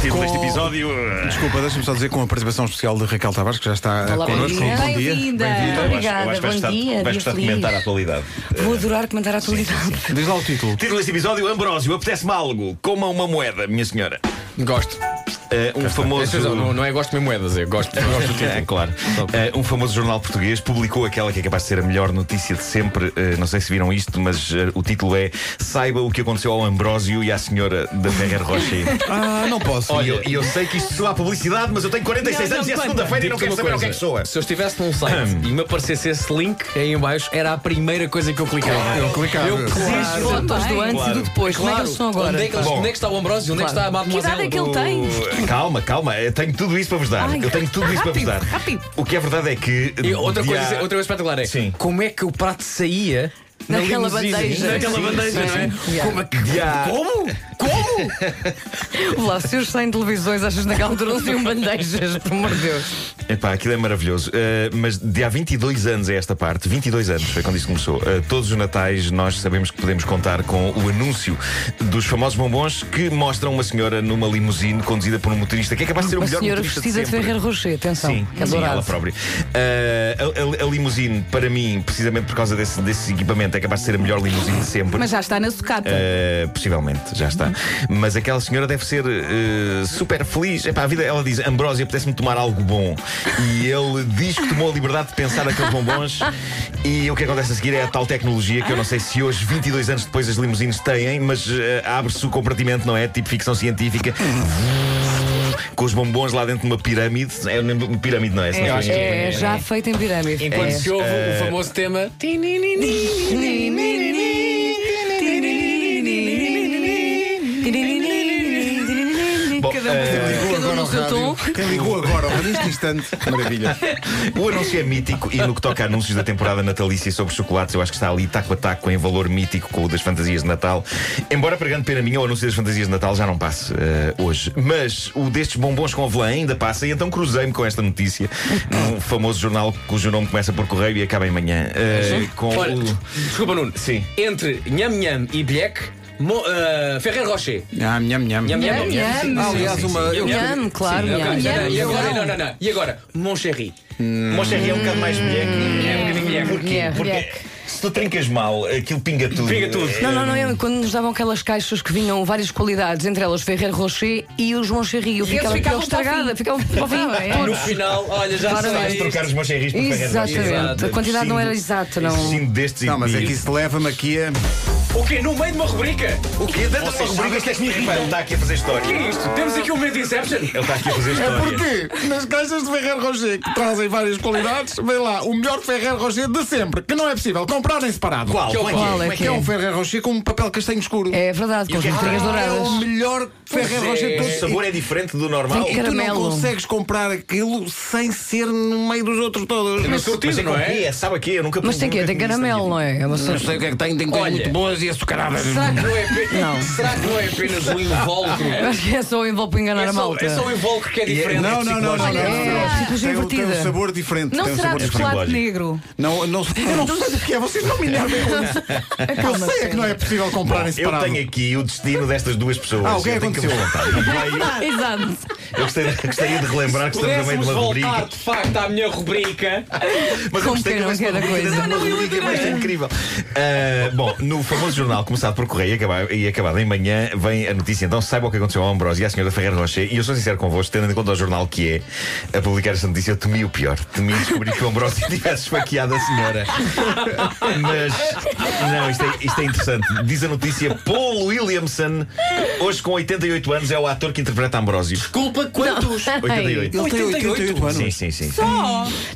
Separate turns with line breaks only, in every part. título deste episódio. eh,
Desculpa, deixa-me só dizer com a participação especial de Raquel Tavares, que já está eh,
Olá, bom
connosco.
dia.
Bem-vinda.
Eu acho- eu acho
Obrigada,
que vais
bom
gostar-
dia.
Vais
dia
gostar de
feliz.
comentar a atualidade.
Vou
Eh,
adorar comentar a atualidade.
Diz lá o título.
Título deste episódio: Ambrósio, apetece-me algo. Coma uma moeda, minha senhora.
Gosto.
Eh, um famoso.
Esse é só- Não, não é gosto de comer moedas, eu gosto, eu gosto do
É,
título.
claro. Eh, um famoso jornal português publicou aquela que é capaz de ser a melhor notícia de sempre. Eh, não sei se viram isto, mas eh, o título é Saiba o que aconteceu ao Ambrósio e à senhora da Ferrer Rocher.
Ah, não posso.
Olha, eu, eu sei que isto soa a publicidade, mas eu tenho 46
Não,
anos e
não
é
conta.
segunda-feira e não
Digo-te
quero
uma
saber o que é que soa.
Se eu estivesse num site e me aparecesse esse link aí em baixo, era a primeira coisa que eu clicava.
eu clicava.
Eu
As fotos do antes e do depois. Como é que eles são agora?
Onde é que, eles-
Bom.
onde é que está o Ambrósio? Onde é que está a
Que idade
Mademoiselle?
é que ele tem?
Oh, Calma, calma, eu tenho tudo isso para vos dar.
Ai,
eu tenho tudo isso para vos
rápido,
dar.
rápido.
O que é verdade é que.
E outra,
de
coisa,
há-
outra coisa espetacular é
Sim.
como é que o prato saía na
Naquela
limusine?
bandeja.
Naquela
Sim,
bandeja,
sim,
não é?
sim.
Como é que-
de há-
Como?
Lá, se os 100 televisões, achas naquela altura não tinham bandejas, pelo amor de Deus.
Epá, aquilo é maravilhoso. Uh, mas de há 22 anos a esta parte, 22 anos foi quando isso começou. Uh, todos os natais nós sabemos que podemos contar com o anúncio dos famosos bombons que mostram uma senhora numa limusine conduzida por um motorista que é capaz de ser o
Uma
melhor
senhora
motorista de
vestida de
sempre.
Ferreira Rocher, atenção.
Sim,
é
sim, ela
dourado.
própria. Uh, a, a- a limusine, para mim, precisamente por causa desse, desse equipamento, é capaz de ser a melhor limusine de sempre.
Mas já está na sucata.
Uh, possivelmente, já está. Mas aquela senhora deve ser uh, super feliz. Epá, a vida, ela diz: Ambrósia, pudesse-me tomar algo bom. E ele diz que tomou a liberdade de pensar naqueles bombons. E o que acontece a seguir é a tal tecnologia que eu não sei se hoje, 22 anos depois, as limusines têm, mas uh, abre-se o compartimento, não é? Tipo ficção científica. Com os bombons lá dentro de uma pirâmide. É uma pirâmide, não é? Se não
eu
foi
acho
em-
É já feita em pirâmide.
Enquanto
É.
se ouve o famoso tema.
Bom,
Cada um, cada um no seu tom.
Quem ligou agora, ao neste instante. Maravilha.
O anúncio é mítico e no que toca a anúncios da temporada natalícia sobre chocolates, eu acho que está ali taco a taco em valor mítico com o das fantasias de Natal. Embora, para grande pena minha, o anúncio das fantasias de Natal já não passe eh, hoje. Mas o destes bombons com avelã ainda passa e então cruzei-me com esta notícia num famoso jornal cujo nome começa por correio e acaba em manhã. eh, com
Olha,
o...
hum.
desculpa, Nuno.
Sim.
Entre Nham Nham e Black, Mo, ah, Ferreiro Rocher.
Ah, minha, minha.
Nham Nham.
Nham,
Nham.
nham.
Ah, aliás, uma.
Eu-
Nham, claro,
Ok,
nham.
já
Nham,
está. E agora,
nham.
não, não, não. E agora, Mon Chéri.
Moncherry é um bocado mais mulher
mulher.
Porquê?
Mulher,
Porque
mulher.
se tu trincas mal, aquilo pinga tudo.
Pinga tudo.
Eh,
Não, não, não. Eu, quando nos davam aquelas caixas que vinham várias qualidades, entre elas Ferreiro Rocher e os Moncherry, eu ficava,
ficavam
ficava estragada, ficava para o fim.
Ah, é?
todos.
No final, olha, já
Claramente.
sei.
Vais trocar os Moncherrys por Ferreiro Rocher.
Exatamente. A quantidade não era
Preciso-
exata, não.
preciso destes
Não, mas é que
indivíduos.
isso leva-me aqui a.
O quê? No meio de uma rubrica?
O quê? Dentro de
Vocês
uma rubrica
sabem
que é que me irrita. Ele está aqui a fazer
O que
história.
é isto? Temos aqui um momento de Inception?
Ele está aqui a fazer história.
Porquê? É Nas caixas de Ferreiro Rocher, que trazem várias qualidades, vem lá o melhor Ferreiro Rocher de sempre, que não é possível comprar em separado.
Qual?
Que é o
Qual é que
qual
é?
é
Que é um Ferreiro Rocher com um papel castanho escuro.
É verdade, com as
que é que
letrinhas
tem?
É
douradas.
o melhor Ferreiro
Pois é.
Rocher de
O
todos.
sabor é diferente do normal.
Tem
E tu não
Caramelo.
consegues comprar aquilo sem ser no meio dos outros todos.
Mas surtido,
Mas é
não
com
é?
quê? Sabe aqui? Eu nunca
Mas tem quê? Tem caramelo, não é? É
Não
uma
sei o que é que tem, tem coisas
Olha.
muito boas e açucaradas.
Será que não é, ape-
Não.
Será que não é apenas um invólucro?
Eu Acho que é só o envolve enganar
É
a
só,
malta.
é só um invólucro que é diferente.
Não, não, não, não, não,
Olha,
não, não.
é psicologia
Tem um- Tem um
invertida.
sabor diferente.
Não
tem um
será
sabor
de
diferente.
chocolate negro.
Não, não, eu não sei o que é, vocês não me enervem com isso. Eu sei é que não é possível comprar em
Eu
separado.
tenho aqui o destino destas duas pessoas.
Ah, o que é
Eu
que
tenho vos
aconteceu?
contar.
Exato.
Eu gostaria, gostaria de relembrar que estamos a meio de
Pudéssemos
uma
voltar
rubrica.
de facto à minha rubrica.
Mas eu
Como
gostei
quem
que
não
houvesse
quer a
uma rubrica
coisa.
dentro de uma rubrica, mas é incrível. Ah, bom, no famoso jornal começado por correio e acabado, e acabado em manhã, vem a notícia. Então saiba o que aconteceu ao Ambrose e à senhora Ferreira Rocher. E eu sou sincero convosco, tendo em conta o jornal que é a publicar esta notícia, eu temi o pior. Temi descobrir que o Ambrose tivesse esfaqueado a senhora. Mas, não, isto é, isto é interessante. Diz a notícia: Paul Williamson, hoje com 88 anos, é o ator que interpreta Ambrósio.
Culpa quantos?
88.
Ele tem
88
88 anos.
Sim, sim, sim.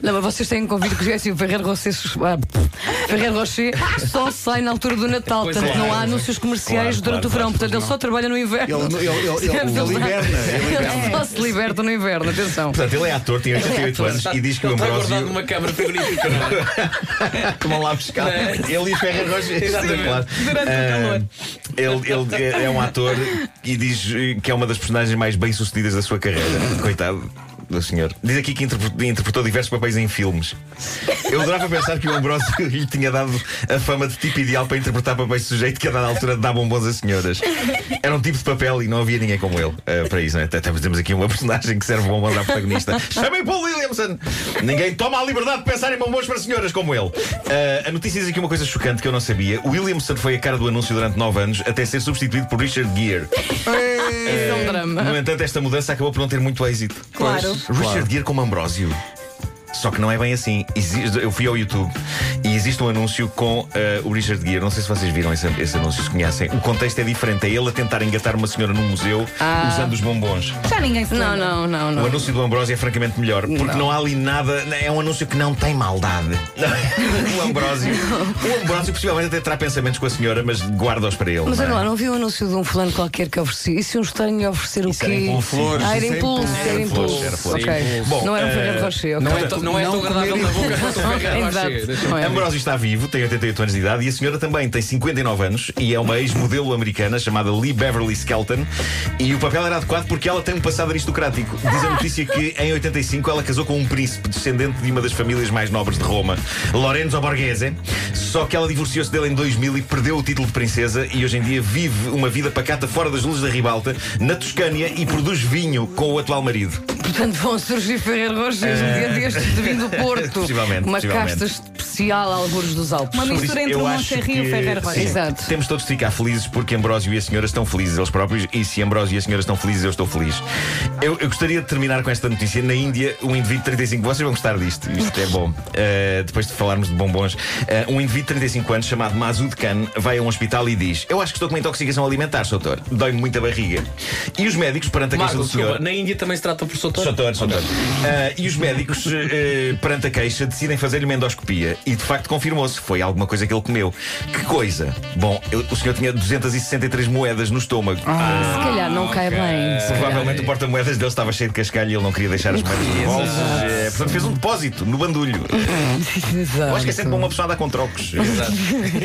Não, mas vocês têm que ouvir que assim, o Ferreiro Rocher, ah, pff, Ferreiro Rocher só sai na altura do Natal,
Pois
portanto
é,
não há
claro,
anúncios comerciais
Claro,
durante
claro,
o verão,
claro,
portanto ele só trabalha no inverno.
Ele, ele, ele, ele,
Percebes?
Então, ele hiberna. Ele hiberna.
Ele só É, se liberta no inverno, atenção.
Portanto, ele é ator, tem 88 anos e diz que o
Ele está
Ambrósio.
guardado numa câmara frigorífica, não é?
que vão lá buscar.
Não é?
Ele e os Ferreiro Rocher.
Exatamente.
Sim, claro.
Durante o
Ah,
calor.
Ele, ele é- é um ator e diz eh, que é uma das personagens mais bem-sucedidas da sua carreira. Coitado. do senhor. Diz aqui que interpre- interpretou diversos papéis em filmes. Eu adorava pensar que o Ambrósio lhe tinha dado a fama de tipo ideal para interpretar papéis de sujeito que a dada altura dá bombons a senhoras. Era um tipo de papel e não havia ninguém como ele eh, para isso. Né? Até até temos aqui uma personagem que serve bombons à protagonista. Chamem Paul Williamson! Ninguém toma a liberdade de pensar em bombons para senhoras como ele. Eh, a notícia diz aqui uma coisa chocante que eu não sabia. O Williamson foi a cara do anúncio durante 9 anos até ser substituído por Richard Gere.
Isso é um drama.
No entanto, esta mudança acabou por não ter muito êxito.
Claro.
Richard Gere como Ambrósio. Só que não é bem assim. Exi- Eu fui ao YouTube e existe um anúncio com eh, o Richard Gere. Não sei se vocês viram esse, esse anúncio, se conhecem. O contexto é diferente. É ele a tentar engatar uma senhora num museu usando os bombons.
Já ninguém se
Não,
lembra.
não, não,
O
não.
anúncio do Ambrósio é francamente melhor, porque não. há ali nada. É um anúncio que não tem maldade. o Ambrósio. O Ambrósio possivelmente até terá pensamentos com a senhora, mas guarda-os para ele.
Mas
não é?
olha lá, não vi o anúncio de um fulano qualquer que oferecia. E se um estranho ia oferecer o
Isso era
quê?
impulso.
Flores,
Ah, era
isso é
impulso,
impulso.
era
Era flores,
impulso.
era flores.
Ok.
Bom,
não era um
eh,
Ferreiro Rocher. ok.
Não é, tão- não é tão agradável na boca quanto o Ferreiro Rocher.
Exato. é.
Deixa-me ver.
Ambrósio está vivo, tem 88 anos de idade e a senhora também tem 59 anos e é uma ex-modelo americana chamada Lee Beverly Skelton. E o papel era adequado porque ela tem um passado aristocrático. Diz a notícia que em 85 ela casou com um príncipe descendente de uma das famílias mais nobres de Roma, Lorenzo Borghese. Só que ela divorciou-se dele em 2000 e perdeu o título de princesa e hoje em dia vive uma vida pacata fora das luzes da Ribalta, na Toscânia e produz vinho com o atual marido.
Portanto, vão surgir Ferreiro Rochers um dia destes de vinho do Porto.
Possivelmente,
Uma
possivelmente.
casta especial, alguns dos Alpes.
Uma
Por
mistura
isso,
entre um
eu
o
acho
Moncherry e o
que-
Ferreiro
Sim.
Rocher.
Exato.
Temos todos de ficar felizes porque Ambrósio e a senhora estão felizes eles próprios e se Ambrósio e a senhora estão felizes, eu estou feliz. Eu, eu gostaria de terminar com esta notícia. Na Índia, um indivíduo de 35 vocês vão gostar disto, isto é bom. Uh, depois de falarmos de bombons, Uh, um indivíduo de 35 anos chamado Masud Khan vai a um hospital e diz: Eu acho que estou com uma intoxicação alimentar, Sr. doutor. Dói-me muita barriga. E os médicos, perante a queixa
Marco,
do senhor.
desculpa, na Índia também se trata por Sotor.
Sotor, sotor. Ah, e os médicos, eh, perante a queixa, decidem fazer-lhe uma endoscopia. E de facto confirmou-se, foi alguma coisa que ele comeu. Que coisa! Bom, eu- o senhor tinha 263 moedas no estômago. Ah,
Se calhar não cai bem. se calhar.
Provavelmente o porta-moedas dele estava cheio de cascalho e ele não queria deixar as moedas no bolso. Eh, portanto, fez um depósito no bandulho. Eu acho que é sempre bom uma pessoa andar com trocos.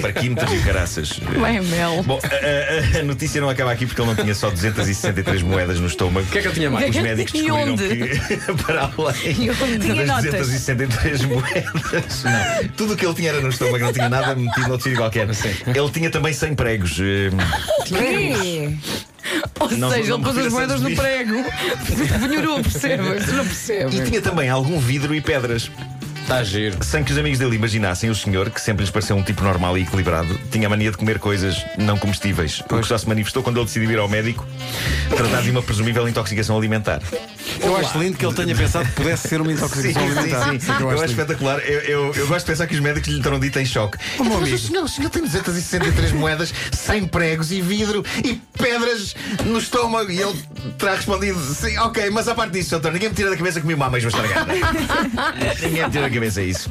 Para químicas e caraças.
Bem, é Mel.
Bom, a, a- a notícia não acaba aqui porque ele não tinha só 263 moedas no estômago. O
que é que eu tinha mais?
Os médicos
E
descobriram
onde?
que para além
Tinha
das
notas.
263 moedas, não. tudo o que ele tinha era no estômago, não tinha nada metido noutro sítio qualquer. Ele tinha também 100 pregos. eh,
Ou
Não,
seja,
não
ele pôs
precisa
as
ser
moedas no
desvisto.
prego. Penhorou, percebes? Não
E
percebes?
tinha também algum vidro e pedras.
Está giro.
Sem que os amigos dele imaginassem, o senhor, que sempre lhes pareceu um tipo normal e equilibrado, tinha a mania de comer coisas não comestíveis, o que só se manifestou quando ele decidiu ir ao médico tratar de uma presumível intoxicação alimentar.
Eu acho lindo que ele tenha pensado que pudesse ser uma
é
intoxicação alimentar.
sim, sim. Eu acho espetacular. Eu, eu, eu gosto de pensar que os médicos lhe terão dito em choque. Então,
Oh, meu
Mas o
amigo.
senhor, o senhor tem 263 moedas, 100 pregos e vidro e pedras no estômago. E ele terá respondido: sim, ok, mas à parte disso, doutor, ninguém me tira da cabeça que comi uma mesma estragada. ninguém me tira da cabeça isso.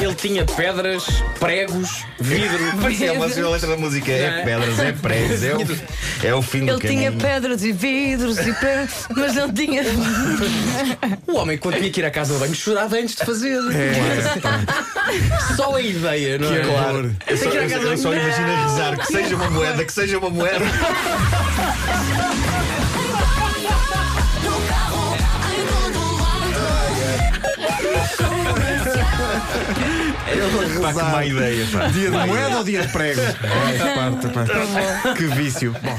Ele tinha pedras, pregos, vidro.
Mas é uma a letra da música: é pedras, é pregos, é o, é o fim do
Ele tinha
caminho.
pedras e vidros e pedras, mas não tinha.
O homem, quando tinha que ir à casa do banho, chorava antes de fazer. Só a ideia, não é?
Claro.
Eu só, eu só- eu só imagino a rezar que seja uma moeda, que seja uma moeda. Pá,
é
que má ideia, pá.
Dia de moeda ou dia de prego? Esta parte, pá. Que vício. Bom.